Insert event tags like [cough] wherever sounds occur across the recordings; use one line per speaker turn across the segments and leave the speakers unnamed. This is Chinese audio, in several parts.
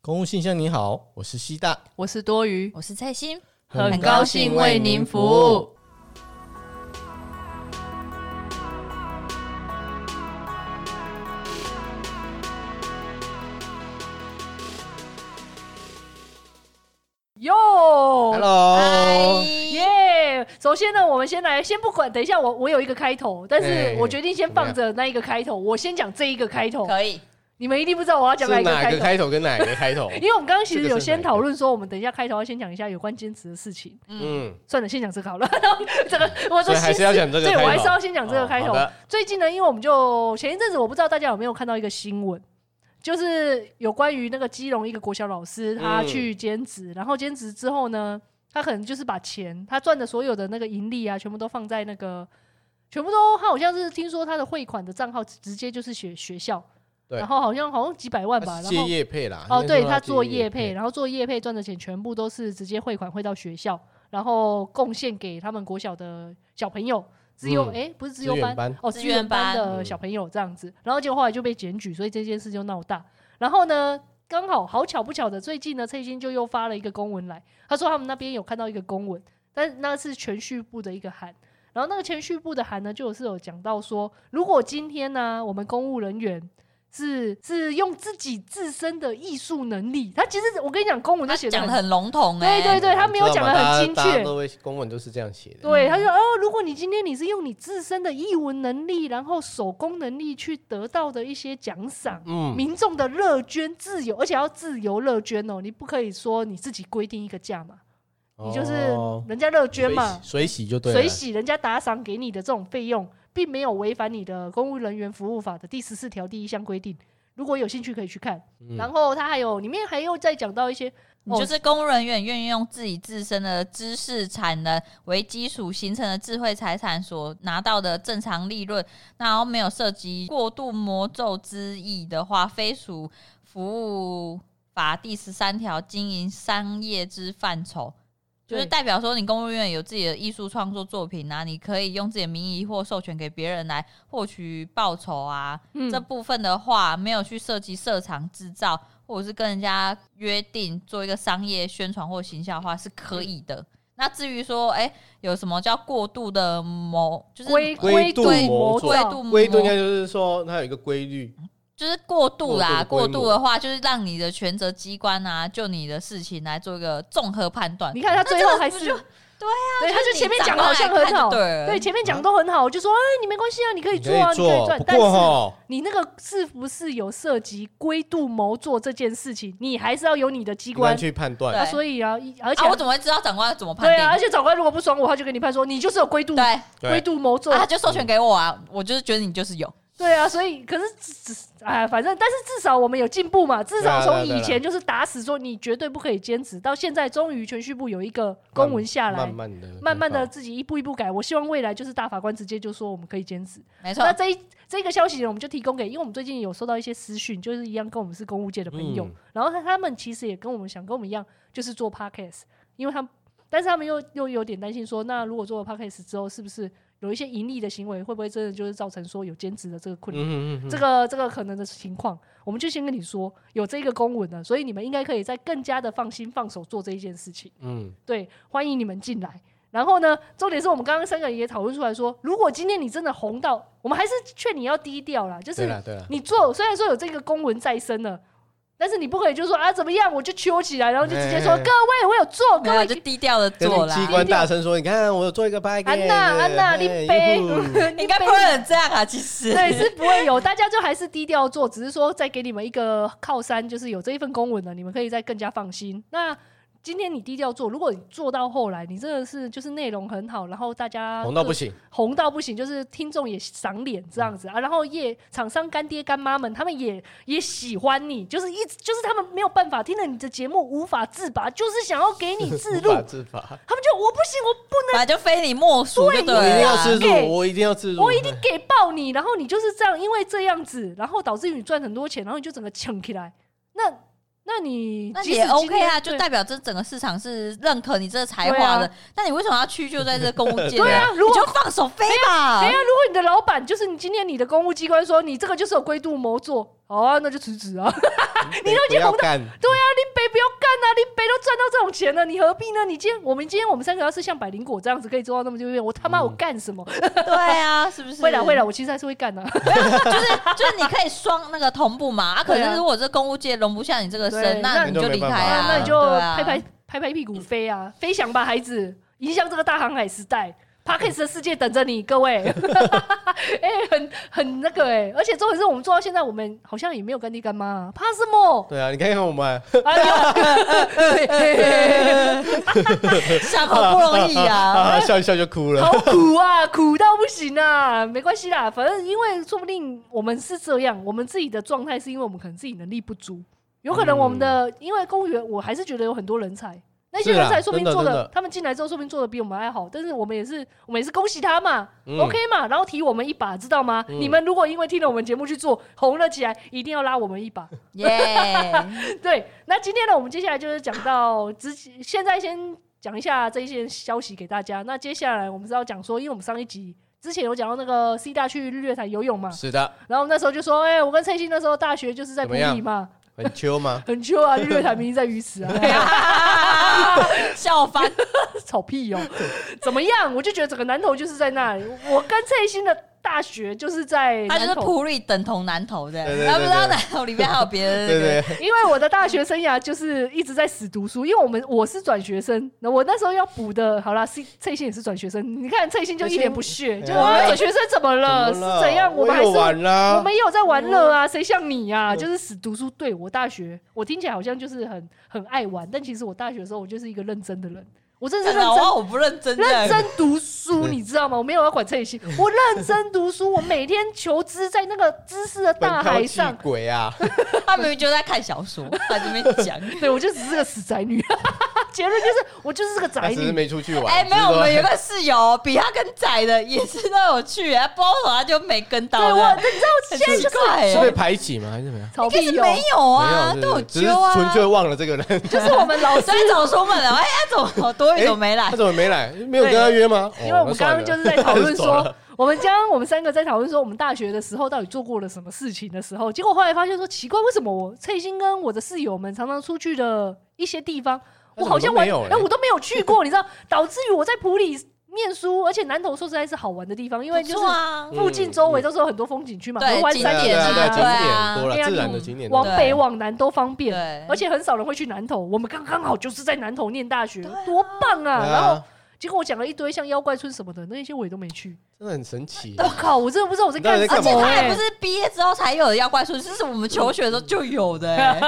公务信箱，你好，我是西大，
我是多余，
我是蔡心。
很高兴为您服务。哟哦
Hello，
耶！首先呢，我们先来，先不管，等一下我我有一个开头，但是
哎
我决定先放着那一个开头，我先讲这一个开头，
可以，
你们一定不知道我要讲
是
哪一个
哪
开
个
头。
开头跟哪个开头？
因为我们刚刚其实
这个是
有
哪
先
一个
讨论说，我们等一下开头要先讲一下有关兼职的事情。
嗯，
算了，先讲这个好了。 [laughs] 然后这个我
所
说
以还是要讲这个开
对
头，
我还是要先讲这个开头
哦好。的
最近呢，因为我们就前一阵子，我不知道大家有没有看到一个新闻，就是有关于那个基隆一个国小老师他
嗯
去兼职，然后兼职之后呢，他可能就是把钱他赚的所有的那个盈利啊，全部都放在那个，全部都他好像是听说他的汇款的账号直接就是学学校，
对啊
然后好像好像几百万吧，
他是
然
接
后。
业配啦。
哦，
应该
对
说
他
接
做业配，
配，
然后做业配赚的钱全部都是直接汇款汇到学校，然后贡献给他们国小的小朋友，资优
嗯
哎、不是资
资
优
源
班
班
哦，
资
资源
源班
的
嗯
小朋友这样子，然后结果后来就被检举，所以这件事就闹大。然后呢，刚好好巧不巧的，最近呢，蔡欣就又发了一个公文来，他说他们那边有看到一个公文，但是那是全序部的一个函。然后那个全序部的函呢，就是有讲到说，如果今天呢、我们公务人员是是用自己自身的艺术能力，他其实我跟你讲，公文都
他
写的
讲的很笼统哎、
对对对，他没有讲的很精
知道吗啊大家大家
确。
都会公文都是这样写的。
对，他就说哦，如果你今天你是用你自身的译文能力，然后手工能力去得到的一些奖赏，
嗯，
民众的乐捐自由，而且要自由乐捐哦，你不可以说你自己规定一个价嘛，你就是
哦
人家乐捐嘛，
水洗水洗就对了。啊
水洗人家打赏给你的这种费用，并没有违反你的公务人员服务法的第十四条第一项规定。如果有兴趣可以去看，
嗯，
然后他还有里面还有再讲到一些，
你就是公务人员愿意用自己自身的知识产能为基础形成的智慧财产所拿到的正常利润，然后没有涉及过度魔咒之意的话，非属服务法第十三条经营商业之范畴。就是
对
代表说，你公务员有自己的艺术创作作品啊，你可以用自己的名义或授权给别人来获取报酬啊。
嗯
这部分的话，没有去涉及设厂制造，或者是跟人家约定做一个商业宣传或行销的话，是
嗯
可以的。那至于说，哎、有什么叫过度的谋，就是
规
规
度
度
魔
魔
咒
咒
过度
规度应
谋
该就是说它有一个规律，
就是过度啦，
过
过
度的规模
度的话，就是让你的权责机关啊，就你的事情来做一个综合判断。
你看他最后还是
那这个不对啊，
对，他就
你
前面
长
讲的好
官
像
来
很
看就
好，
对嗯了
对，前面讲得都很好，我就说哎，你没关系啊，你可以
你
做啊，你可以赚
不，
但
过
是
哈，
你那个是不是有涉及规度谋作这件事情，你还是要有你的机
机
关
关。去判
啊
断
对。
所以啊，一而且
啊，我怎么会知道长官要怎么判
对
定？
啊，而且长官如果不爽我，他就跟你判说你就是有规度
对啊，
对
规度谋作，
他就授权给我啊，我就是觉得你就是有。
对啊，所以可是只只哎，反正但是至少我们有进步嘛，至
对
少
啊
从
对啊
以前就是打死说你绝对不可以兼职，到现在终于全序部有一个公文下来
慢，慢的，
慢慢的，自己一步一步改。我希望未来就是大法官直接就说我们可以兼职。
没错
那，这一这个消息呢，我们就提供给，因为我们最近有收到一些私讯，就是一样跟我们是公务界的朋友，
嗯
然后他他们其实也跟我们想跟我们一样，就是做 podcast，因为他们，但是他们又又有点担心说，那如果做了 podcast 之后，是不是有一些盈利的行为，会不会真的就是造成说有兼职的这个困
嗯
扰？
嗯嗯，
这个这个可能的情况，我们就先跟你说有这个公文了，所以你们应该可以再更加的放心放手做这一件事情。
嗯，
对，欢迎你们进来。然后呢，重点是我们刚刚三个也讨论出来说，如果今天你真的红到，我们还是劝你要低调啦，就
对
是
了对了，
你做虽然说有这个公文在身了，但是你不可以就说啊怎么样我就揪起来，然后就直接说
哎哎哎
各位我有做，各
没有
位
就低调的
跟
做
机
啦。
关大声说，你看我有做一个 p a
安娜安娜你背， [laughs] 你
应该不
背
会很这样啊，其实。
对，是不会有，大家就还是低调做，只是说再给你们一个靠山，就是有这一份公文了，你们可以再更加放心。那今天你低调做，如果你做到后来，你真的是就是内容很好，然后大家
红到
各
不行，
红到不行，就是听众也赏脸这样子啊，然后业厂商干爹干妈们他们也也喜欢你，就是一直就是他们没有办法听了你的节目无法自拔，就是想要给你
[laughs]
自录，
无法自拔，
他们就我不行，我不
本来就非你莫属，
对
我一
啊
就
定
对
要
了。
自
给
入，我一定要自入，
我一定给爆你，然后你就是这样，因为这样子，然后导致你赚很多钱，然后你就整个抢起来，那那你
那
即使
也
今
OK
天
啊，就
对
代表这整个市场是认可你这个才华
对啊
的。那你为什么要屈就在这个公务
[laughs]
界？
对啊，如
你
果
就放手飞吧
对。啊，如果你的老板就是你今天你的公务机关说你这个就是有规度谋作，好啊，那就辞职
[laughs]
啊！
你都已经红干，
林北不要干啊，林北都赚到这种钱了，你何必呢？你今天我们今天我们三个要是像百灵果这样子可以做到那么久远，我他
嗯
妈我干什么？
对啊，是不是？
会啦会啦，，我其实还是会干的、啊
就是你可以双那个同步嘛。啊，可
对啊
是如果这公务界容不下你这个
对
身，
那
那你就离开
啊
啊，
那你就
对啊
拍
[laughs]
拍、 [laughs] 拍拍屁股飞啊， [laughs] 飞翔吧，孩子，迎向这个大航海时代。Parkes 的世界等着你，各位。 [laughs] 哎、很很那个哎、而且重点是我们做到现在，我们好像也没有干爹干妈、啊，怕什么？
对啊，你看看我们，
哎呦，嘿嘿 [laughs] 嘿
想好不容易啊。
啊，
[laughs]
笑一笑就哭了，
好苦啊，苦到不行啊！没关系啦，反正因为说不定我们是这样，我们自己的状态是因为我们可能自己能力不足，有可能我们的、因为公务员，我还是觉得有很多人才，那些
嗯是啊
人才说不定
真的
做
真的
他们进来之后说不定做的比我们还好，但是我们也是我们也是恭喜他嘛、
嗯
o k 嘛，然后提我们一把，知道吗？
嗯
你们如果因为听了我们节目去做红了起来，一定要拉我们一把。
耶，
对，那今天呢，我们接下来就是讲到之前，现在先讲一下这一些消息给大家。那接下来我们是要讲说，因为我们上一集之前有讲到那个 C 大去日月潭游泳嘛，
是的，
然后那时候就说，哎、我跟蔡欣那时候大学就是在
怎
普
么样
里嘛，
很秋吗？
很秋啊，日月潭明明在鱼池
[laughs]
啊，
[laughs]
[laughs]
笑翻。
草屁哦、怎么样？我就觉得整个南投就是在那里，我跟蔡欣的大学就是在
他就是
南投。
普瑞等同南投的，
对对对
他不知道南投里面还有别的那
对
个。
对，
因为我的大学生涯就是一直在死读书，因为我们我是转学生，那我那时候要补的，好啦，C 翠欣也是转学生，你看翠欣就一脸不屑，
翠
就
欣
我们转学生怎么了？
怎
是
么了
怎样？我
我
们还
有
是。
玩啦，
我们也有在玩乐啊，谁像你啊？
嗯
就是死读书。对我大学，我听起来好像就是很很爱玩，但其实我大学的时候，我就是一个认真的人，我真的是认
老
真
啊王，我不认真，
认真读 [laughs] 书，你知道吗？我没有要管翠欣，我认真读书，我每天求知在那个知识的大
本挑
海
气
上，
鬼
[laughs]
啊，
他明明就在看小说，他这边讲。
对我就只是个死宅女， [laughs] 结论就是我就是个
他
宅
只是
女。
没出去玩，
哎，没
只是
有，我
说
们有个室友比他更窄的，也是都有去，哎，包头他就没跟到。
对，我
这样
你知道
很
现在就是
奇
[laughs]
怪
是被
哎，
排挤吗？还是怎么样？
逃
但
避
是
有， [laughs]
没有啊，
没有，
都有
是不是只是
揪啊。
纯粹忘了这个人。 [laughs]
就是我们老师
所以早出门了，哎，他怎么多一
哎
怎么没来
他？怎么没来？没有跟他约吗？哦
因为我们刚刚就是在
[laughs]
讨论
走
说
了，
我们将我们三个在讨论说我们大学的时候到底做过了什么事情的时候，结果后来发现说奇怪，为什么我翠欣跟我的室友们常常出去的一些地方，我好像
我
完
没有欸
哎我都没有去过，你知道，导致于我在普里念书，而且南投说实在是好玩的地方，因为就
不
是
错啊，
附近周围都是有很多风景区嘛，
对
合欢
景
山
点
也
啊
是
嗯对啊，景
对啊
点多
对
了，
啊
自然
你
的景点多
往
了。
北往南都方便。
对，
而且很少人会去南投，我们刚刚好就是在南投念大学，多棒啊！
对
然后
啊，
结果我讲了一堆像妖怪村什么的，那些我也都没去。
真的很神奇
我。靠，我真的不知道我在干
你
什
到
而
底在
且
干
么
嘛
他还
哎、
不是毕业之后才有的妖怪术，这是我们求学的时候就有的、
[laughs]
欸。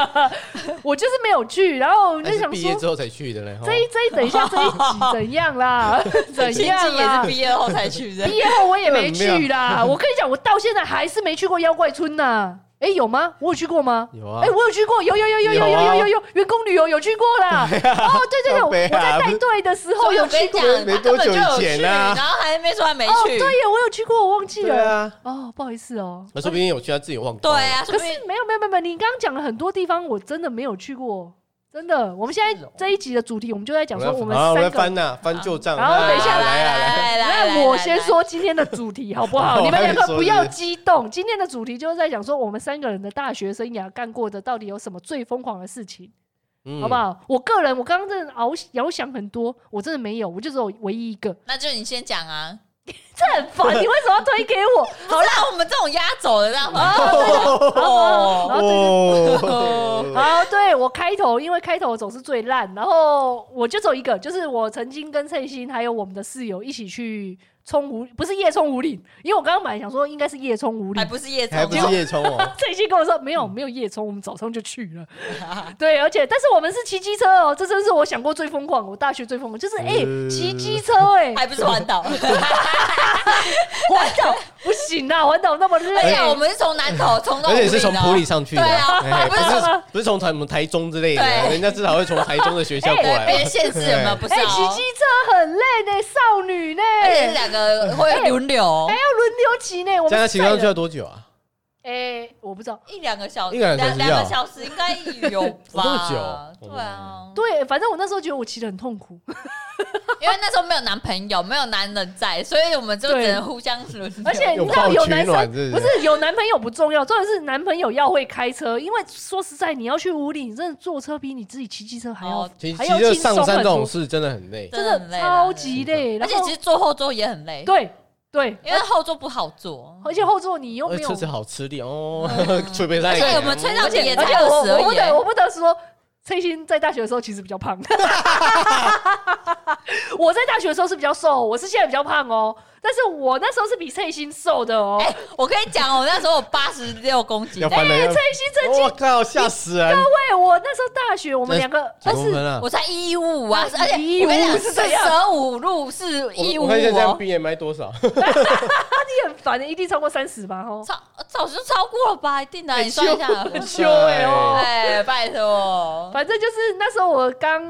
我就是没有去，然 [laughs] 后我就
还是
想
毕业
说，
之后才去的嘞。哦哈
这一这一等一下这一集怎
[laughs]
样啦？怎
亲
样啊
戚也
啦
是？毕业后才去的
毕。业后我
[laughs]
也没
很
去啦。我跟你讲，我到现在还是没去过妖怪村呐、哎、有吗？我有去过吗？
有啊
哎、，我有去过，有有有有有
有
有有
啊
有有员工旅游有去过啦。哦，对对对，我
靠北
我在
啊
带队的时候
所以
有
我跟
去
你
过。
讲，
没
他根
多
本
久
就有
以
去，
前啊
然后还没说还没
哦，
去。
对耶，我有去过，我忘记
对
了。
啊，
哦，不好意思哦。
那说不定有去他自己忘
对
光了。
啊，
可
说不
是
定
没有没有没有没有，你刚刚讲了很多地方，我真的没有去过，真的。我们现
是
在
哦
这一集的主题，我们就在讲
我
说我们
好我
三
们
个。
翻呐，翻旧账。
然后等一下
啊来啊来啊，
来来来，
那我先，说今天的主题好不好？
哦
你们两个
还没说
不要
是不
激动。今天的主题就是在讲说我们三个人的大学生涯干过的到底有什么最疯狂的事情，
嗯
好不？好？我个人，我刚刚真的翱翱翔很多，我真的没有，我就只有唯一一个。
那就你先讲啊。
这很
[laughs]
烦，你为什么要推给我？
好啦，我们这种压轴的这哦样
嗯
吗？
好然后对
哦，
[laughs] 好，对我开头，因为开头总是最烂，然后我就走一个，就是我曾经跟翠欣还有我们的室友一起去冲五，不是夜冲五岭，因为我刚刚本来想说应该是夜冲五
还
岭，
不是叶总
还不是叶冲哦。
翠欣跟我说没有没有夜冲，我们早上就去
[laughs]
了。对，而且但是我们是骑机车哦，这真是我想过最疯狂，我大学最疯狂就是哎
呃
骑机车哎、
还不是
[laughs]
环岛，
环岛不行啊， [laughs] 环岛那么
而且
累，
哎我们是从南
[laughs]
投冲到
哎而且是从普里
里，
上去的，
对啊
哎
不
不
是
是不是从台什么台中之类的，
对
人家至少会从台中的学校过
对哎别
来
的
吧。 [laughs]
县市有没有？不是
哎
哦，
骑机车很累呢，少女呢，
而
哎
且是两个会轮流
还。要轮流骑呢，我
这
们
样
是
骑上
载
去要多久啊？
哎、我不知道。
一两个小时，
一两个小时
两个
要哦
小时应该
[laughs]
有
这
吧？
么久
对啊，
哦
对，反正我那时候觉得我骑的很痛苦，
因为那时候没有男朋友，没有男人在，所以我们就
对
只能互相轮流。
而且你
有
知道
靠
有
取
男生
暖是
不
不是？
是有男朋友不重要，重要是男朋友要会开车。因为说实在，你要去五里，你真的坐车比你自己骑机车还要、
哦
其实
还
骑
要
着
轻
上
松很
山这种
多，
事真的很累，
真
真的很
的
累啦
超级累。
而
然
且
后
其实坐后座也很累，
对对，
因为后座不好坐。
而且后座你又
而
没
且哎
有啊
车，子好吃力哦， [laughs] 吹杯
而
在。
且我们吹到
而
底
且
也
而
才
且我
二十而
我不
已
得
欸。
我不得说，崔欣在大学的时候其实比较
[laughs]
胖。我在大学的时候是比较瘦，我是现在比较胖哦，但是我那时候是比蔡欣瘦的哦。
哎，我跟你讲，我那时候我八十六公斤
要，翻了，
蔡欣曾经
我靠，吓死人！
对我那时候大学，我
这
们两个
几
二
公
十
分啊？
哎我才一五五啊，
那
而且
155
我跟你讲，
是啊
四
怎样
舍五入是一
我
五哦
我看一下这样
哦
五，
BMI 多少？
你很烦的，一定超过三十吧？吼，
超早就超过了吧？一定啊的，你算一下。
羞
哎哦
哎，拜托，
反正就是那时候我刚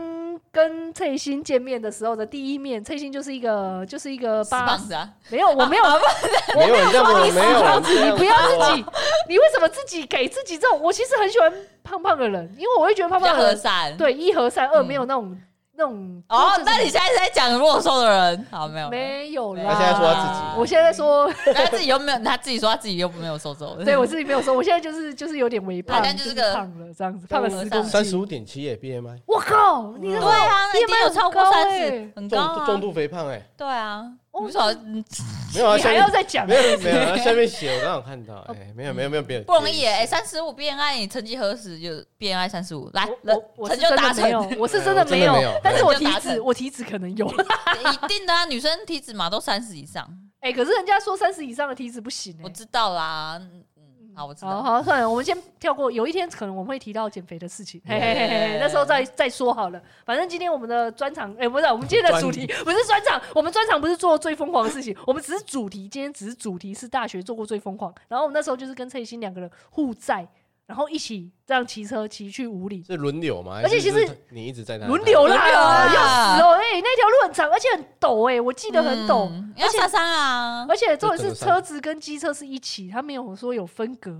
跟翠欣见面的时候的第一面，翠欣就是一个就是一个
死
八
胖，子啊！
没有 [laughs] 我没有
[laughs]
没有人这么没有
胖
人
子，
这
你
样
不要
说
[laughs]
自己，你为什么自己给自己这种？我其实很喜欢胖胖的人，因为我会觉得胖
比较
胖的
和
人
善。
对一和善，二
嗯
没有那种那种
哦
就，是
那你现在是在讲弱瘦的人？好，没有，
没有啦？
他现在说他自己
我现在说，
[laughs] 他自己又没有，他自己说他自己又没有瘦瘦。
[laughs] 对我自己没有说，我现在就是就是有点微胖，
好像就是个
胖了这样子，胖了十公
[laughs]
斤，
三十五点七耶，BMI
我靠，你
嗯
对
的
啊，那一定
BMI
有超过
很高
三
欸
十，很高
重
啊。
重度肥胖哎，
对啊，
哦
你说嗯
没有啊，
你
下
还
面
要再讲哦
没？有没有，
[laughs]
它下面写我刚好看到，哎，没有没有没有别人
不容易哎，三十五 BMI，你曾几何时就 BMI 三十五？来，人
啊我我是
成就
真
达
的没有，
成，
我是真的
我嗯真
没
的
有
没有，
但是我体
成就达
脂
成
我体脂可能有，
一定的啊，女生体脂嘛都三十以
[laughs]
上，
哎，可是人家说三十以上的体脂不行
我
哎。
知道啦。嗯，好，我知
好
道。
好，算了，我们先跳过。有一天可能我们会提到减肥的事情，嘿嘿嘿嘿，
对
那时候再再说好了。反正今天我们的专场，哎，不是我们今天的主题，不是专场，我们专场不是做最疯狂的事情，我们只是主题。今天只是主题是大学做过最疯狂，然后我们那时候就是跟蔡欣两个人互载，然后一起这样骑车骑去五里，
是轮流吗？
而且其实
还是你一直在那
轮流
轮流
啦，
啊
要死哦！哎、那条路很长，而且很陡哎、我记得很陡，
嗯，要下山啊。
而且重点
这
是
怎么上
车子跟机车是一起，它没有说有分隔，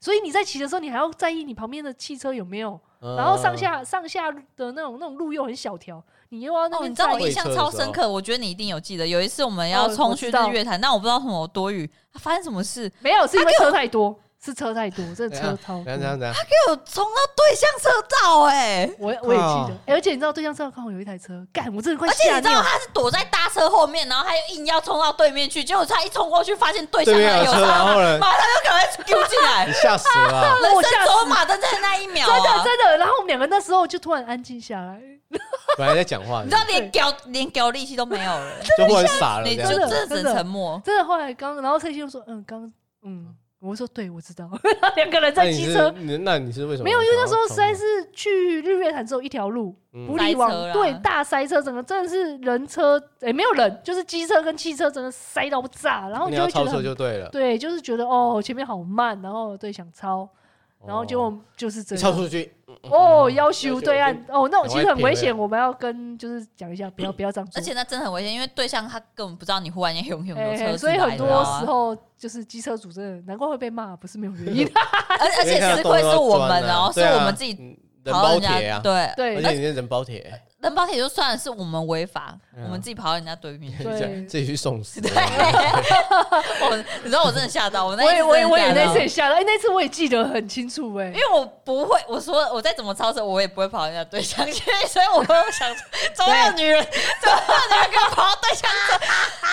所以你在骑的时候，你还要在意你旁边的汽车有没有，
嗯
然后上下上下的那种那种路又很小条，你又要那
哦，
边
你知道
在
我
意、
印象超深刻，我觉得你一定有记得。有一次我们要
哦我
冲
知
去
道
日月潭，但我不知道什么多余，啊发生什么事，
没有，是因为车太多，是车太多，这
怎
车
样
超
怎样怎样
多。
怎样，
给我冲到对向车道哎、
我我也记
靠
得，哎而且你知道对向车道刚好有一台车，干，我真的快
而且
吓
你知道
尿。
他是躲在大车后面，然后他又硬要冲到对面去，结果他一冲过去，发现对
对
向
面
还
有
有
车，然
他，
后呢，
马上就赶快丢进来
你，吓死了啊，
人
我
生
吓死
走马灯在那一秒、啊，
真的真的，然后我们两个那时候就突然安静下来，
本来在讲话
你知，道连屌连屌力气都没有了，
[laughs] 就忽然傻了这
你就
样子，
真
真
的
的只能沉默。
真的，后来刚，然后蔡欣又说，嗯，刚，嗯，我说对，我知道， [laughs] 两个人在机
那
车，
你是，你那你是为什么
没有，因为那时候实在是去日月潭只有一条路，
嗯
五里往
塞车啦
对大塞车，整个真的是人车，哎，没有人，就是机车跟汽车，真的塞到炸，然后
你
你就
要
会觉
超
得
车
很
就对了，
对，就是觉得哦，前面好慢，然后对想超，然后
就
就就是这
哦超
样。
出去，
哦，要修
要求
对岸哦，那种
赶
其
快
实很
撇
危
了
险，我们要跟就是讲一下，不要不要这样做
而。且那真的很危险，因为对象他根本不知道你忽然间有有没有车
哎，
子
所
来
以
的啊
很多时，候就是机车主真的，难怪会被骂，不是没有原因。
[laughs]
而而且吃亏是我们哦，是
对啊
我们自己
人
跑到
包
人家
铁啊，
对，
而
对
且你是人包铁，
人包铁就算了，是我们违法，
嗯
我们自己跑到人家
[laughs]
对面去。
对
自己去送死，
[laughs] 我你知道我真的吓到，我那
我也我也我也
也
那次也吓到，哎、那次我也记得很清楚哎、
因为我不会，我说我再怎么超车，我也不会跑到人家对象去，所以我会想说，总有女
[laughs]
人，总有女人跟我跑到对象去。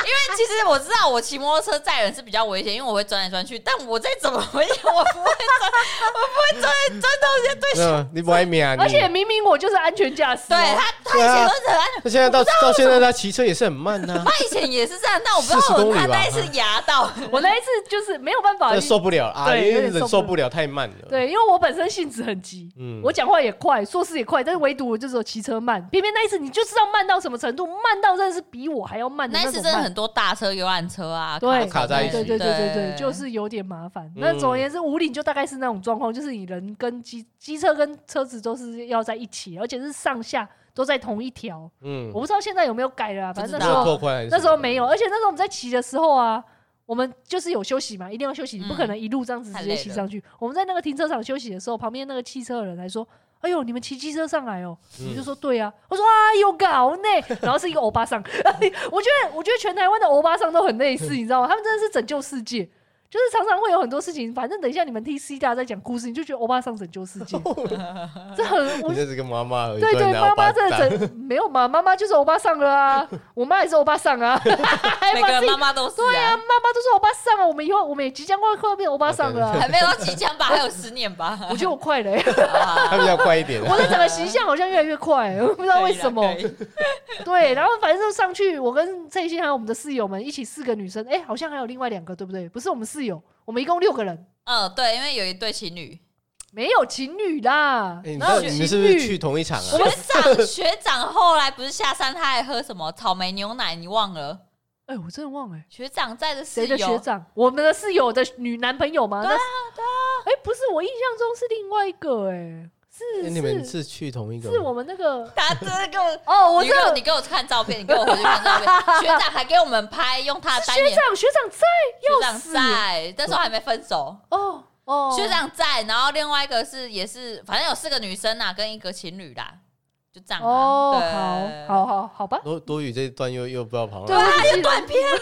因为其实我知道，我骑摩托车载人是比较危险，因为我会钻来钻去。但我再怎么危险，我不会钻，我不会钻钻到人家
[laughs]
对象。
嗯你不爱命啊，你
而且明明我就是安全驾驶、
对
哦，
他，他以前都
啊
是很安全，
那现在到到现在他骑车也是很慢啊呐、
[laughs]
他以前也是这样，但我不知道
40公里
他
吧
那一次牙到。
我那一次就是没有办法
这，受不了啊，
对
因
有
为
点
忍
受
受
不
不了太慢了。，
对，因为我本身性子很急，
嗯
我讲话也快，做事也快，但是唯独我就只有骑车慢。偏偏那一次你就知道慢到什么程度，慢到真的是比我还要慢的
那一
那
次
种
真的
慢
很。多大车、游览车啊，
对，
卡在一起嗯
对对对对对，就是有点麻烦。那总而言之，五岭就大概是那种状况，就是你人跟机机车跟车子都是要在一起，而且是上下都在同一条。
嗯
我，不知道现在有没有改了、啊，反正
不
那
知
时
道
候
有拓宽还是什么
那时候没有，，而且那时候我们在骑的时候啊，我们就是有休息嘛，一定要休息，
嗯
不可能一路这样子直接骑上去。我们在那个停车场休息的时候，旁边那个汽车的人来说：“哎、哎呦，你们骑机车上来哦？”
嗯
我就说：“对啊。”我说：“啊，有搞呢。” [laughs] 然后是一个欧巴桑，我觉得我觉得全台湾的欧巴桑都很类似，你知道吗？他们真的是拯救世界。就是常常会有很多事情，反正等一下你们听 C 大在讲故事，你就觉得欧巴桑拯救世 [laughs] 界，这很我
你这是个妈妈而已，
对
不然
对，
哪有
妈妈
巴
真
掌
的整没有嘛，妈妈就是欧巴桑了啊，我妈也是欧巴桑啊，还
每
把
个人
自己
妈妈都是
对啊，
啊，
妈妈都是欧巴桑啊，我们以后我们也即将会会变欧巴桑了啊、
还没有到即将吧，还有十年吧。
[laughs] 我觉得我快了、 [laughs] 欸，
他比较快一点啊。
我的整个形象好像越来越快、我不知道为什么。
可以啦可以
对，然后反正上去，我跟蔡欣还有我们的室友们一起四个女生，哎、好像还有另外两个，对不对？不是我们室友，我们一共六个人，
嗯，对，因为有一对情
[laughs]
侣，
没有情侣啦，
哎你
哪有
们
情侣？
你们是不是去同一场啊？
学长学长后来不是下山，他还喝什么草莓牛奶？你忘了？
哎、我真的忘了、哎
学长在的室
谁的学
友，
长？我们的室友的女男朋友吗？
对啊
对啊。哎、不是，我印象中是另外一个、哎，
哎
是
你们是
是
去同一个吗？
是我们那个
他真的给我。
哦，我
你
知
给
道
我，你给我看照片，你给我回去看照
[laughs]
片。学长还给我们拍，用他的单眼
学长学长在
学
要
长
死
在，那时候还没分手。
哦哦，
学长在，然后另外一个是也是，反正有四个女生啦，跟一个情侣啦，就这样啦。
哦
对，
好好好好吧，
多多余这一段又又不知道跑
对
哪。
啊，又
断片
[laughs]
了，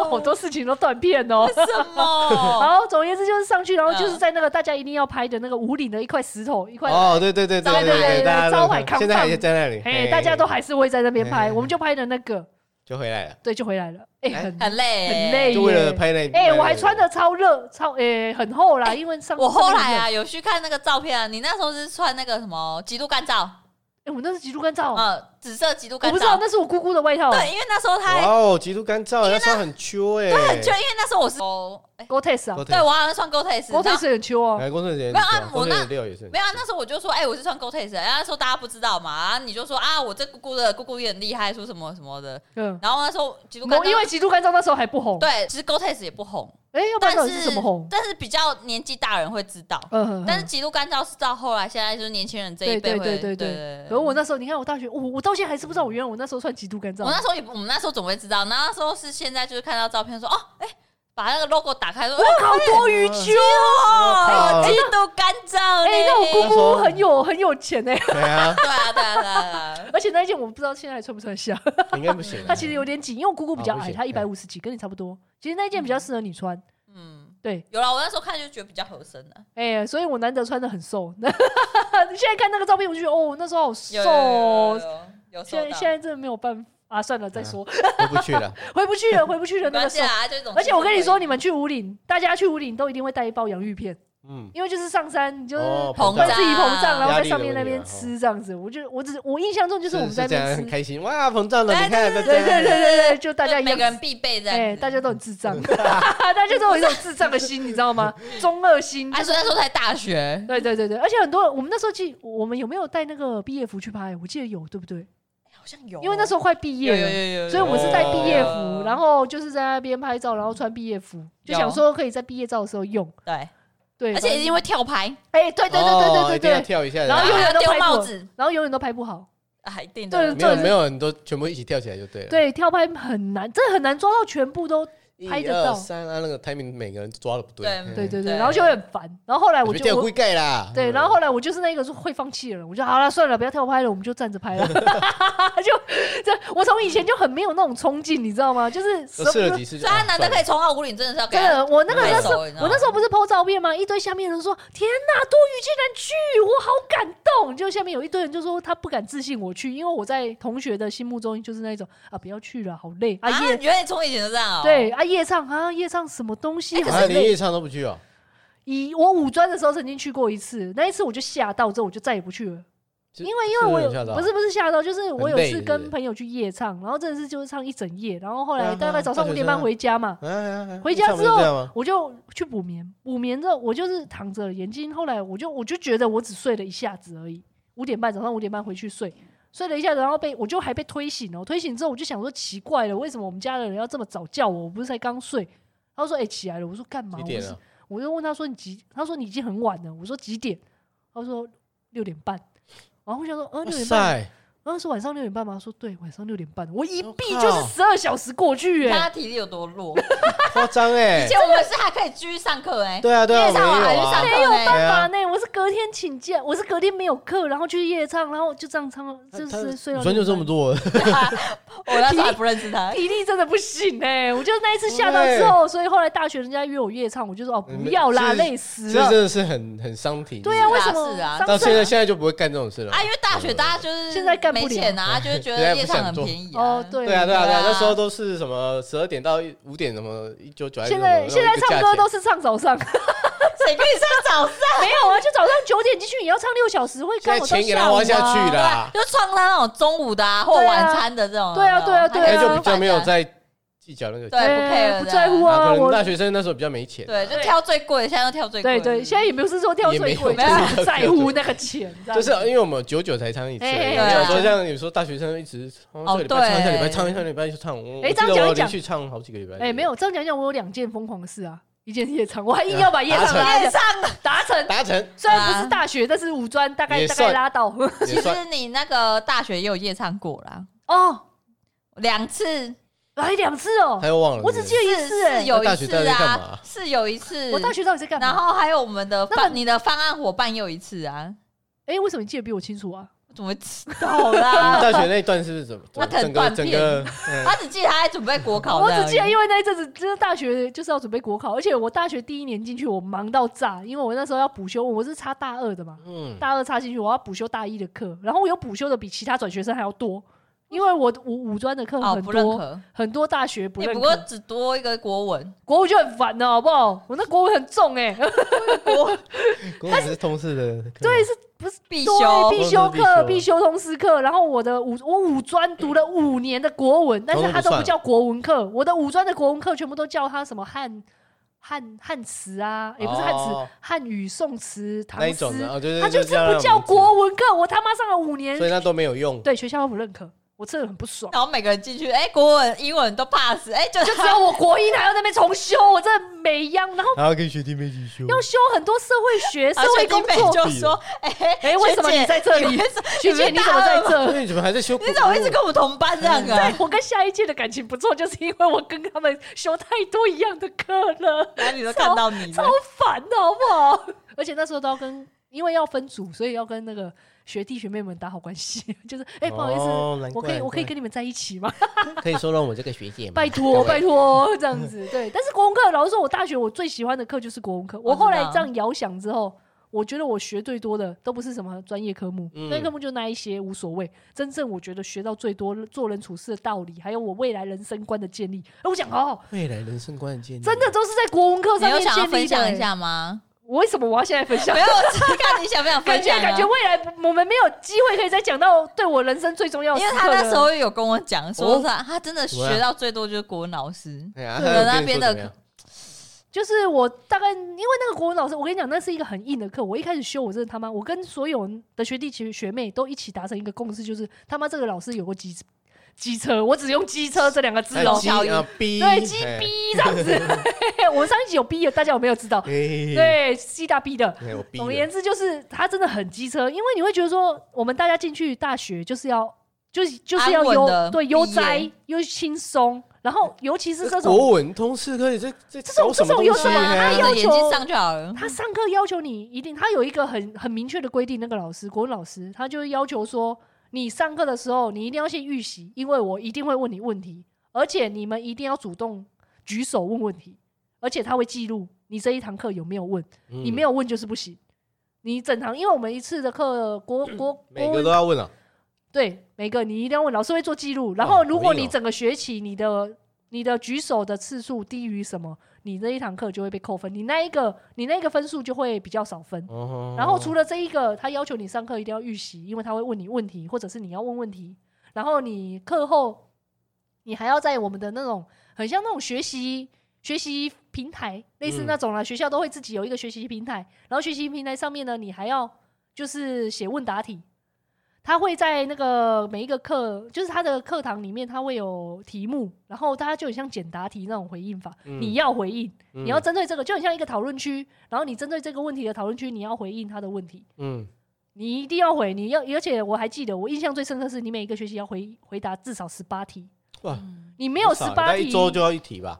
哦好多事情都断片哦。
为什
[laughs]
么？
好，总而言之就是上去，然后就是
嗯
在那个大家一定要拍的那个五岭的一块石头，一块，
哦，对对对对
对对对对
对，大家
招牌
都
康
现在还
放
在那里，
哎，
嘿
大家都还是会在那边
嘿
拍，
嘿
我们就拍的那个，
就回来了，
对，就回来了，哎，很
很累，
很累
就为
耶
了拍那。
哎，
那
我还
个
穿的超热，超哎很厚啦，因为上
我后来，
上面
啊有去看那个照片啊，你那时候是穿那个什么极度干燥，
很哎，我那是极度干燥，我
呃，紫色极度干
不知道
燥。
那是我姑姑的外套啊
对，因为那时候他
哇
还
哦，极度干燥，要穿很秋哎，对，
就因为那时候我是哦，哎
，Gore-Tex 啊
都挺
对我好像穿 Gore-Tex，然后
，Gore-Tex 很秋哦，
哎，工作人员
没有啊我那
六也是很
没有啊，那时候我就说，哎，我是穿 Gore-Tex，的然后那时候大家不知道嘛，然后你就说啊，我这姑姑的姑姑也很厉害，说什么什么的。
嗯，
然后那时候极度干
我
燥，
因为极度干燥那时候还不红，
对，其实 Gore-Tex 也不红，
哎，要不然
但
到底
是
是什么红？
但是比较年纪大人会知道，
嗯，
但是极度干燥是到后来，现在就是年轻人这一辈
对
会
对对对
对
可是我那时候，你看我大学，我我到现在还是不知道，我原来我那时候穿极度干燥
我。那时候也不，我们那时候总会知道，那那时候是现在就是看到照片说，哦，哎、把那个 logo 打开说，哎哇，
靠，多余秋！
哦，有金都干燥
哎、
嘞，
那我姑姑
说
很有很有钱哎、
对啊，
对啊对啊对啊，对啊
而且那一件我不知道现在还穿不穿得下，
应该不行啊。
它其实有点紧，因为我姑姑比较
哦
啊
不
矮，
行
她一百五十几，跟你差不多。其实那一件比较适合你穿，
嗯，
对，
有了，我那时候看就觉得比较合身的、
哎、所以我难得穿的很瘦。 [laughs] 你现在看那个照片，我就觉得哦，那时候好瘦
有有
哦
有有。有
现在
有瘦到嗯
现在真的没有办法啊，算了，再说， [laughs]
回不去了，
回不去了，回不去了
没
那个
关系
瘦。
啊，就一种
而且我跟你说，你
们
们去五
嗯
岭，大家去五岭都一定会带一包洋芋片，
嗯，
因为就是上山，你就是
哦
膨
会
胀
自己膨胀，然后
压
在
力的
上面那
问题啊
边
哦
吃这样子。我就我只我印象中就是我们在那
这样
边吃
很，开心哇，膨胀了，
对
你看大
对
对对对
家
对对，就大家一
每
样
个。人必备这样子，
哎、大家都很
[laughs]
智障， [laughs] 大家都有一种智障的心，你知道
[laughs]
吗？中二心。
哎，所以那时候才大学，
对对对对，而且很多人，我们那时候记，我们有没有带那个毕业服去拍？我记得有，对不对？
好像有，
哦因为那时候快毕业
有有
了，
有有有，
所以我是带毕业服，
有
然后就是在那边拍照，然后穿毕业服，就
有
想说可以在毕业照的时候用。
对，
对，
而且一定会跳牌，
哎、对对
哦
对对对
一定要
对对，
跳一下的，啊
然后又
还要
有人都
丢
拍
帽
过
子，
然后永远都拍不好。
啊，一定
对
的，
没有
这
没有，你都全部一起跳起来就对了。
对，跳拍很难，真的很难抓到全部都。
一，
拍得到
二三啊，那个 timing 每个人抓的不对，
对
对
嗯，
对对，
对
然后就会很烦。然后后来我
你
就
掉
我
龟盖啦。嗯
对，然后后来我就是那个会放弃的人，我就好了，算了，不要跳拍了，我们就站着拍了。就这，我从以前就很没有那种冲劲，你知道吗？就是什
都
么
试了几次就，
所以他难得可以
以
冲奥古岭，真的是要给
真
他
的，我那个那时候，
手，你知道
我
吗
那时候不是 PO 照片吗？一堆下面人说：“天哪，多余竟然去，我好感动。”就下面有一堆人就说他不敢置信我去，因为我在同学的心目中就是那种啊，不要去了，好累啊
啊，
夜
原来从以前就这样哦。
对，啊夜唱啊夜唱什么东西
啊，
很
连
累。
夜唱都不去哦，
以我五专的时候曾经去过一次，那一次我就吓到之后我就再也不去了。
因
因为因为我有不
是
是不是吓到，就是我
很
有
累
次
是不
跟
是
朋友去夜唱，然后真的是就是唱一整夜，然后后
对
来
啊
大概早上
大学
五点
生
半
啊
回家嘛，
啊啊，啊
回家之
唱不是这样
后
吗
我就去补眠，补眠之后我就是躺着眼睛，后来我就我就觉得我只睡了一下子而已，五点半早上五点半回去睡，睡了一下子，然后被我就还被推醒了，推醒之后我就想说奇怪了，为什么我们家的人要这么早叫我？我不是才刚睡。他说：“哎、起来了。”我说：“干嘛？”
几
我
点啊
是
了？
我就问他说你几？他说你已经很晚了。我说几点？他说六点半。然后我想说，呃，
哇
六点半。
塞，
然后说晚上六点半吗？他说对，晚上六点半。我一
我
闭就是
靠
十二小时过去、
看
哎，
他体力有多弱。
夸张哎
以前，我们是还可以继续上课哎，
对啊对啊，
夜
我
[laughs] 上我
们
还
也
去
有
上
啊，
课
没有
呢。
办法呢，我是隔天请假，我是隔天没有课，然后去夜唱，然后就这样唱，就
他
是睡到
你专就
6
这么多了，
[laughs] 啊我那时候还不认识他
半。，体力真的不行哎、我就那一次吓到之后，所以后来大学人家约我夜唱，我就说哦
嗯
不要啦，
是
累
这
死了。
真的是很很伤体力。
对啊，为什么
是啊
伤
到现
肾
在现在就不会干这种事了。嗯
啊，因为大学大家就是
现在干不了
没钱啊，就是觉得夜唱很便宜啊
哦，，对
对啊，对啊，对
对啊
啊，那时候都是什么十二点到五点，什么一九九。
现在现在唱歌都是唱
[laughs]
早上，
谁跟你上早上？
没有啊，就早上九点进去也要唱六小时，会
现
干
在
我
钱
到
给他
下午
花
啊。
下去啦，
就创他那种中午的啊，或晚餐的这种。
对啊对啊对啊
现
对啊
哎在就比较没有在计较那个。
对不 care
不
的
在乎
啊
啊，
可能
我
大学生那时候比较没钱，
对，就挑最贵的，现在都挑最
对
贵的。
对，现在也不是说掉
也
水
没有
鬼，就
没有
是在乎那个钱，这
就
样
是因为我们九九才唱一次，
哎哎哎
我想说
对啊
像有时候大学生一直
哦
哦，这个礼拜唱一下
对
礼拜唱一下礼拜就唱，我我
哎
记
这样
得
讲一
我
讲
连续唱好几个礼拜。
哎，没有，这样讲讲，我有两件疯狂的事啊，一件夜场，我还硬要把夜场
啊达
拉
夜唱
达成，
达成，
[laughs] 虽然不是大学，但是五专大概
也
大
算
概拉到 [laughs]
也
其
算
实你那个大学也有夜唱过啦，
哦，
两次，
来两次哦
他，又忘了。
我只记
是
得一
是
次哎
是，有一
那大学到
次
底在干
啊
嘛，
是有一次。
我大学到底在干
然
嘛？
后还有我们的
那
方，你的方案伙伴也有一次啊，
哎，为什么你记得比我清楚啊？
我怎么知道啦
不 [laughs] 是？你大学那一段是不是怎么？
那
怎么整个
可能断
整个，嗯
他只记得他在准备国考
我
这样而已，
只记得，因为那一阵子真的大学就是要准备国考，而且我大学第一年进去，我忙到炸，因为我那时候要补修，我是插大二的嘛，
嗯，
大二插进去，我要补修大一的课，然后我有补修的比其他转学生还要多，因为我五五专的课
哦
很
不认
多、
可，
很多大学不
你
认
不过
可，
只多一个国文，
国文就很烦的好不好？我那国文很重哎、
跟我们是同事的，
[laughs] 对，是不是
必
对
修
必修课、
嗯
必
必
修通识课？然后我的五我五专读了五年的国文，但是它都不叫国文课，我的五专的国文课全部都叫它什么汉汉汉词啊，也不是汉词
哦，
汉语、宋词、唐
那一
诗
种，的，哦就是
它就是
这样
不
的
叫
名字，
国文课。我他妈上了五年
所以那都没有用。
对学校不认可，我真的很不爽。
然后每个人进去，哎、国文、英文都 pass，哎、就
就只有我国一还要在那边重修，我真的没样。然后
然后跟学弟妹一起修，
要修很多社会学、社
而
会
且
工
弟妹
作。
就说，哎、
[laughs] 哎、为什么你在这里？ [laughs] 学
学
姐，
姐
你怎么在 [laughs] 这？
那你怎么还在修？
你怎么一直跟我们同班这样啊？
我跟下一届的感情不错，就是因为我跟他们修太多一样的课了，
男女都看到你
超
了，
烦的好不好？ [laughs] 而且那时候都要跟，因为要分组，所以要跟那个学弟学妹们打好关系， [laughs] 就是哎、不好意思，
哦难
我可以
怪
我可以
难怪
跟你们在一起吗？
[laughs] 可以收容我这个学姐吗？
拜托，
各位
拜托，这样
[laughs]
子对。但是国文课，老实说，我大学我最喜欢的课就是国文课。
哦啊
我后来这样遥想之后，我觉得我学最多的都不是什么专业科目，
嗯
专业科目就那一些无所谓。真正我觉得学到最多做人处事的道理，还有我未来人生观的建立，哎我想哦，
未来人生观的建立，
真的都是在国文课
嗯你
上
有
面
想要
建立
分
的、
享一
哎
下吗？
我为什么我要现在分享
没？有，我只是看你想不想
感
分
觉
享、啊。
感觉未来我们没有机会可以再讲到对我人生最重要的
因
时
为
刻
他
了。
那时候有跟我讲说啊
哦
他他真的学到最多就是国文老师，
哎呀，
对
还有
那
啊
跟你
边
说
的
怎么样
就是我大概因为那个国文老师，我跟你讲，那是一个很硬的课。我一开始修，我真的他妈，我跟所有的学弟学学妹都一起达成一个共识，就是他妈这个老师有个机机车，我只用机车这两个字
还有
哦、
鸡
小
啊逼，
对，鸡
哎
逼这样子。我们上一集有逼的，大家有没有知
[laughs]
道？
嘿
对，西大逼的。
哎我嗯逼
总而
了
言之，就是他真的很机车，因为你会觉得说，我们大家进去大学就是要，就是就是要
安稳
悠
地
对悠
毕业
哉又轻松，然后尤其是这种
国文通识课，你这这这
种
搞什么
这种有
东西
什么
哎呀
他
啊他
要
的
求
眼睛上就好
嗯
了。
他上课要求你一定，他有一个很很明确的规定。那个老师，国文老师，他就要求说，你上课的时候你一定要先预习，因为我一定会问你问题，而且你们一定要主动举手问问题，而且他会记录你这一堂课有没有问，你没
有，
有问就是不行。你整堂，因为我们一次的课国国国
嗯每个
文
都要问啊，
对，每个你一定要问，老师会做记录。然
哦
后，
好
如果
硬
你
哦
整个学期你的你的举手的次数低于什么，你那一堂课就会被扣分，你那一个你那一个分数就会比较少分。
哦
然后除
了
了这一个，他要求你上课一定要预习，因为他会问你问题，或者是你要问问题。然后你课后，你还要在我们的那种很像那种学习学习平台，类似
嗯
那种啦，学校都会自己有一个学习平台。然后学习平台上面呢，你还要就是写问答题。他会在那个每一个课，就是他的课堂里面，他会有题目，然后大家就很像简答题那种回应法，
嗯
你要回应，你要针对这个，就很像一个讨论区，然后你针对这个问题的讨论区，你要回应他的问题，
嗯
你一定要回，你要，而且我还记得，我印象最深刻是你每一个学期要回回答至少十八题，
哇，
你没
没
有十八题，
啊一周就要一题吧，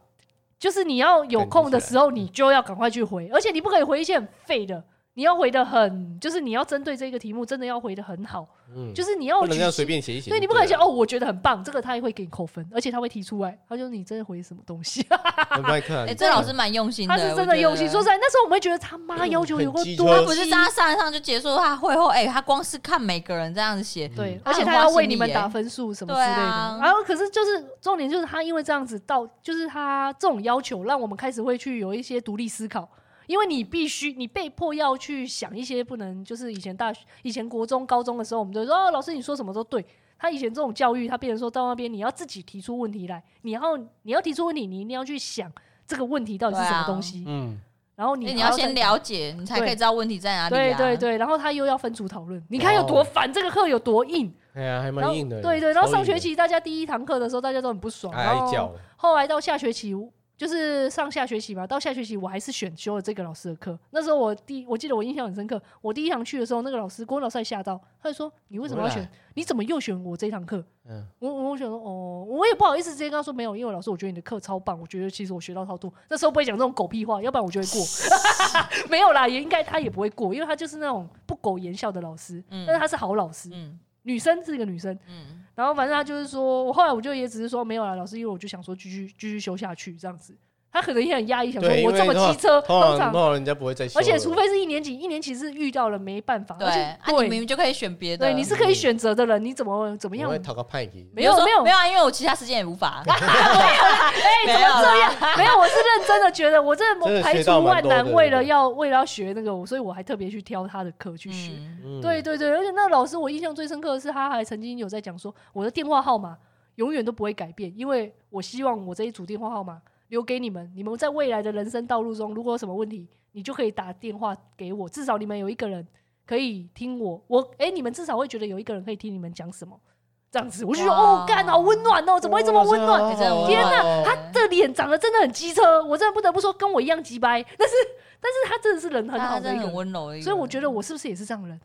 就是你要有空的时候，你就要赶快去回，而且你不可以回一些很废的，你要回的很，就是你要针对这个题目，真的要回的很好，
嗯，
就是你
不
要
能
举
这样随
出，
便写一写就
对
了。
你不敢想哦，我觉得很棒，这个他也会给你扣分，而且他会提出来，他就你真的回什么东西，
很不爱看。
哎、这老师蛮用心的，
他是
我
真
觉
的
得
用心。说实在，那时候我们会觉得他妈
嗯
要求有
很
够
机车
多，
他
他不是嗯在他上一上就结束他会后，哎、他光是看每个人这样子写，
对，
他
而且
很
他
花
要为
心
你
力
们
耶
打分数什么之
对
类的。
啊
然后，可是就是重点就是他因为这样子到，就是他这种要求，让我们开始会去有一些独立思考。因为你必须，你被迫要去想一些不能，就是以前大学、以前国中、高中的时候，我们就说、哦、老师你说什么都对。他以前这种教育，他变成说到那边你要自己提出问题来，你要你要提出问题，你一定要去想这个问题到底是什
对
么
啊
东西，
嗯，
然后
因
你
为
还
哎你要
再
先了解，你才可以
对
知道问题在哪里、
对
啊。
对对，然后他又要分组讨论，你看有多
哦
烦，这个课有多硬。
哎呀，还
然
蛮
后
硬的。
对对，然后
超
上
硬的
学期大哦家第一堂课的时候，大家都很不爽，
还
然
叫
后后来到下学期。就是上下学期嘛，到下学期我还是选修了这个老师的课。那时候我第我记得我印象很深刻，我第一堂去的时候，那个老师郭文老师还吓到，他就说：“你为什么要
回来
选？你怎么又选我这堂课
嗯，？”
我我我想说哦，我也不好意思直接跟他说没有，因为老师我觉得你的课超棒，我觉得其实我学到超多。那时候不会讲这种狗屁话，要不然我就会过。 [laughs] 没有啦，也应该他也不会过，因为他就是那种不苟言笑的老师，
嗯
但是他是好老师，
嗯
女生是一个女生。
嗯，
然后反正他就是说，我后来我就也只是说没有啦，老师，因为我就想说继续继续修下去这样子。他可能也很压抑，想说
对，
我
因
这
为
么
通
机车，
常通
通
常
常
通常人家不会再修
而
了。
且除非是一年级，一年级是遇到了没办法，
对，
哦而且
啊，你明明就可以选别的。
对你是可以选择的人，你怎么怎么
你
样
会？讨个派给。
没有
比如说
没有
没有啊，因为我其他时间也
[laughs]
无法。啊
哎， [laughs] 怎么这样？没有，我是认真的，觉得我真
真
的
的
排
学
除
到蛮
万
多的
难，为了要为了要学那个，所以我还特别去挑他的课去学。
嗯
嗯，
对，对对，而且那老师我印象最深刻的是，他还曾经有在讲说，我的电话号码永远都不会改变，因为我希望我这一组电话号码留给你们，你们在未来的人生道路中，如果有什么问题，你就可以打电话给我，至少你们有一个人可以听我，我哎，你们至少会觉得有一个人可以听你们讲什么，这样子，我就觉得
哇
哦，干好温暖哦，怎么会这么温暖？
哎真
啊
的温
天
哪
哪
他这脸长得真的很机车，我真的不得不说跟我一样鸡掰，但是但是他真的是人很
但
好
他
的
真
一
的
个
很
人，
温柔的一个人。
所以我觉得我是不是也是这样的人？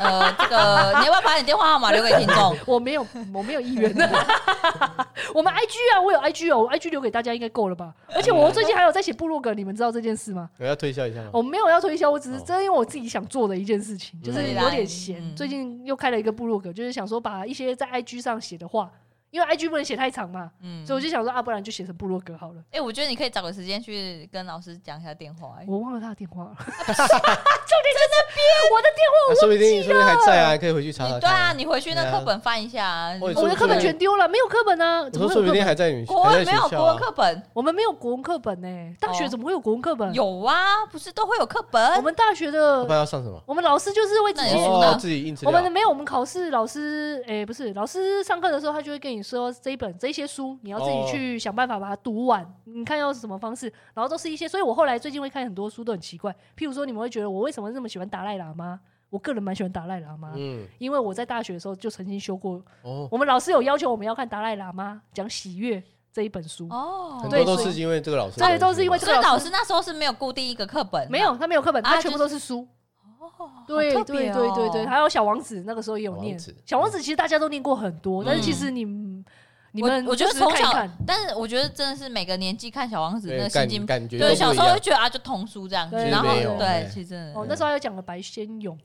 呃，这个你要不要把你电话号码留给听众？
我没有，我没有意愿的。 [laughs] 我们 IG 啊，我有 IG 哦，我 IG 留给大家应该够了吧？而且我
啊
最近还有在写部落格，你们知道这件事吗？
我要推销一下吗？
我没有要推销，我只是
哦
这是因为我自己想做的一件事情，就是有点闲，
哦嗯
最近又开了一个部落格，就是想说把一些在 IG 上写的话，因为 IG 不能写太长嘛，
嗯，
所以我就想说啊，不然就写成部落格好了。
哎、我觉得你可以找个时间去跟老师讲一下电话、哎
我忘了他的电话了，重点在那边，我的电话
啊说不定说不定还在啊，可以回去查查看。
你对啊，你回去
对
那
啊
课本翻一下、啊。
哎我也
我的
说
课本
不定
全哎丢了，没有课本啊，
我
怎
说
么会
说不
有课
定
本？
还在你
国
还
文
在
没有
学
国
校
文
啊。
课本，
我们没有国文课本呢、大学
哦
怎么会有国文课本？
有啊，不是都会有课
嗯我
本。
们大学
不
的
然要上什么？
我们老师就是会直
那
接
也，是呢
哦，自己印资
我们的
料。
没有，我们考试老师，诶，不是老师上课的时候，他就会跟你说这一本这些书，你要自己
哦
去想办法把它读完，你看要什么方式，然后都是一些，所以我后来最近会看很多书都很奇怪，譬如说你们会觉得我为什么那么喜欢达赖喇嘛？我个人蛮喜欢达赖喇嘛。
嗯，
因为我在大学的时候就曾经修过，
哦，
我们老师有要求我们要看达赖喇嘛讲喜悦这一本书，
哦，
很
对
多都
所以
是因为这个老师的
对
关系吧。
都是因为这
所
个
以
老
老
师
师那时候是没有固定一个课本，
没有，他没有课本，
啊
他全部
就
都是书。
哦，
对
好
对
特别
对
哦
对对，还有小王子那个时候也有
小王
念
子，
小王子其实大家都念过很多，但是其
嗯
实你们你
我
们
我觉
就只
得
是
从
看一
小
看，
但是我觉得真的是每个年纪看小王子那
对
个心境
感，感觉
对，
都
小
不一
时候
样
就觉得啊，就童书这样子，
对
然后
没有
对
哎，
其实真的
哦，那时候还有讲了白先勇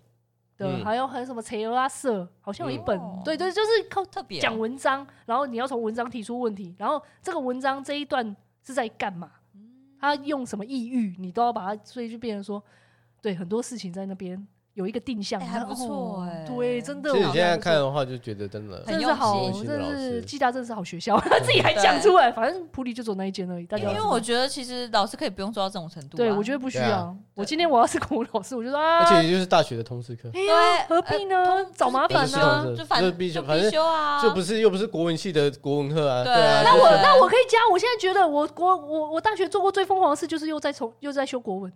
的，
嗯
还有还有什么柴油拉瑟，好像有一本
嗯，
对对，就是靠
特别哦
讲文章，然后你要从文章提出问题，然后这个文章这一段是在干嘛？他用什么意喻，你都要把它，所以就变成说，对很多事情在那边有一个定向，
哎
你看
还不错
哦
哎
对，真的。
其实你
我
现在
不错
看的话，就觉得真的
很
真的
用
是好，
心
真的
老
是
师
暨大，真的是好学校， [laughs] 他自己还讲出来。反正普里就走那一间而已，大家
因
都
为
知
因
道
为我觉得其实老师可以不用做到这种程度啊，
对我觉得不需
对
要
啊。
我今天我要是国文老师，我就说啊，
而且就是大学的通识课，
哎
对
呀，何必
呃
呢？
通
找麻
必
烦
须
呢
通？
就反
就
正
是必修
就
反正
必修啊，
这不是又不是国文系的国文课啊，
对
对啊。
那
就
那
是
我
对
那我可以加，我现在觉得我国我我大学做过最疯狂的事，就是又在从又在修国文，
哦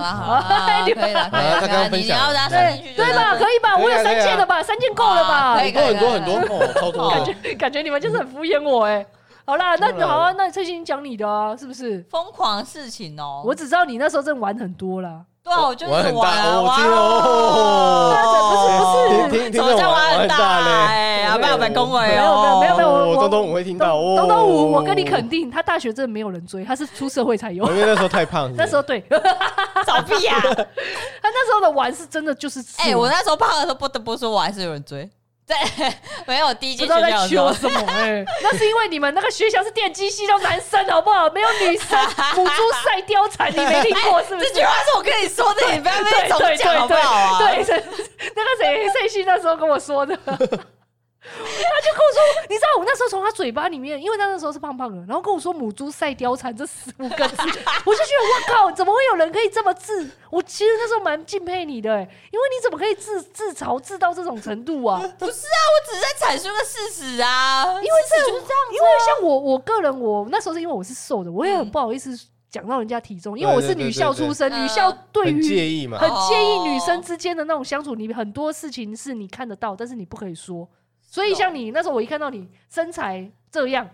[laughs]
啦好
[laughs]
啦，可以啦，可以啦
啊他刚刚
你
分
你
享
要
了
让他伸进去
对
就
对
是
吧？可以吧？
可以啊
我有三
可以啊
件了吧？三件够了吧？
可以
很多很
可以
多很多哦，超多
感
的。
觉 [laughs] 感觉你们就是很敷衍我哎。好啦，
当
那
然
好啊，那最近讲你的啊，是不是？
疯狂的事情哦，
我只知道你那时候真的玩很多啦。
对啊，我就是
玩很大
啊
哦我
玩
记得哦
啊
不是不
[laughs]
是
哦听听听
哦
什么
着
叫
玩
玩
玩
很
大嘞
哎，要不有被恭维
没有没有
哦，
没有没有我
哦
我
东东我会听到哦，
东东五，我跟你肯定，他大学真的没有人追，他是出社会才有
哦，。因为那时候太胖，是不是
[laughs] 那时候对他
[laughs] 找屁呀！
[laughs] 那时候的玩是真的就是
哎、我那时候胖的时候，不得不说我还是有人追。 [laughs] 对，没有我第一
不
届
知
学
道在
校的时
求，什
候
么哎、那是因为你们那个学校是电机系，都男生好不好？没有女
[laughs]
生，母猪赛貂蝉，你没听过是不
这
是？
句话是我跟你说的，你不要被总
对对
讲好不好啊？
对，是那个谁谁 [laughs] 旭那时候跟我说的， [laughs] 他就跟我说，你知道我那时候从他嘴巴里面，因为他那时候是胖胖的，然后跟我说“母猪赛貂蝉”这十五个字，我就觉得哇靠，怎么会有人可以这么自？我其实那时候蛮敬佩你的、欸，因为你怎么可以自自嘲自到这种程度啊？
不是啊，我只是在阐述个事实啊，因为
这
就是这样啊
因为像我，我个人我那时候是因为我是瘦的，我也很不好意思讲到人家体重，因为我是女校出身，
对对对对嗯
女校对
很
于
介意嘛
很，介意
哦
女生之间的那种相处，你很多事情是你看得到，但是你不可以说。所以
是哦
像你那时候，我一看到你身材这样，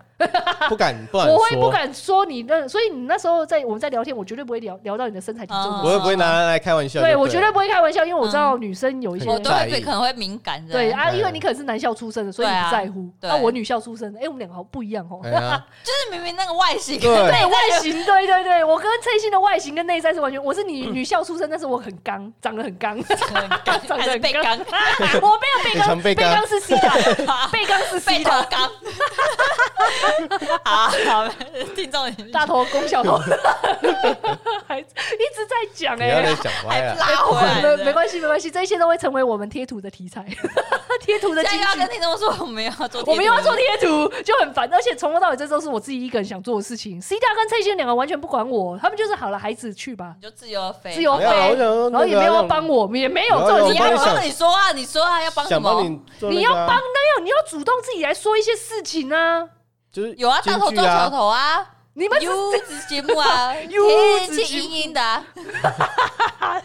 不敢不敢
我会不
说，
敢说你那，所以你那时候在我们在聊天，我绝对不会聊聊到你的身材体重
嗯
的
啊我
事。
会不会拿它来开玩笑就了？
对我绝对不会开玩笑，因为我知道女生有一些
嗯
我都会
在
被
意
可能会敏感的。
对啊，
嗯
因为你可能是男校出身的，所以你
对
不
啊
在乎。
对
啊，我女校出身的，哎，我们两个好不一样哦。
哎
[laughs]
呀，
就是明明那个外形，
对
对外形，对对对，我跟蔡欣的外形跟内在是完全，我是女女校出身，但是我很刚，长得很刚，
[laughs]
[laughs]
还是被刚
我没有被
很常
刚， [laughs]
被
被
刚
刚是 C
[laughs]
的， [laughs] 被刚是 C
被头
的，
刚。好好， [laughs] 听众
大头攻小头， [laughs] 还一直在讲
不要再。
哎
讲
还
歪啊了。
拉回来
没
了，
没关系，没关系，这些都会成为我们贴图的题材， [laughs] 贴图的
现
金
在又要跟
句。
听众说，我们要做，
我们又要做贴图，就很烦，而且从头到尾这都是我自己一个人想做的事情。C 大跟蔡欣两个完全不管我，他们就是好了，孩子去吧
你，就自由飞，
自由
没
飞，
有啊我想说
然后也没有
那
要
个
帮我，也没有
有啊
做
有
你
你
要
要
帮你
帮
想
你说啊，你说啊，要帮什
想帮
么？
你做那个啊，
你要帮那样，你要主动自己来说一些事情啊！
就是
有啊，大头
京剧
撞小
啊，
头啊。
[laughs] 你们
U 子节目啊
[laughs] U
天
字节目
气阴阴的啊，
啊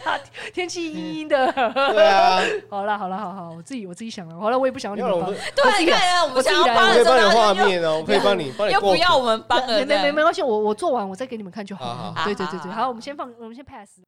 天气阴阴的，
对
[laughs]
啊，
好啦好啦好好，我自己我自己想了，好了，我也不想要你
要
们
我
帮
们，
对，你看啊，我
我
们
自己
想要
来
我
帮
可
的
以
时候，
帮你
然
画
后又
面哦，我可以帮你帮你
又
过
不
谱
要我们帮了，
没没没
这样
没关系，我我做完我再给你们看就
好
好
好
了。对对
好
对对，
好好
好，我们先放，我们先 pass。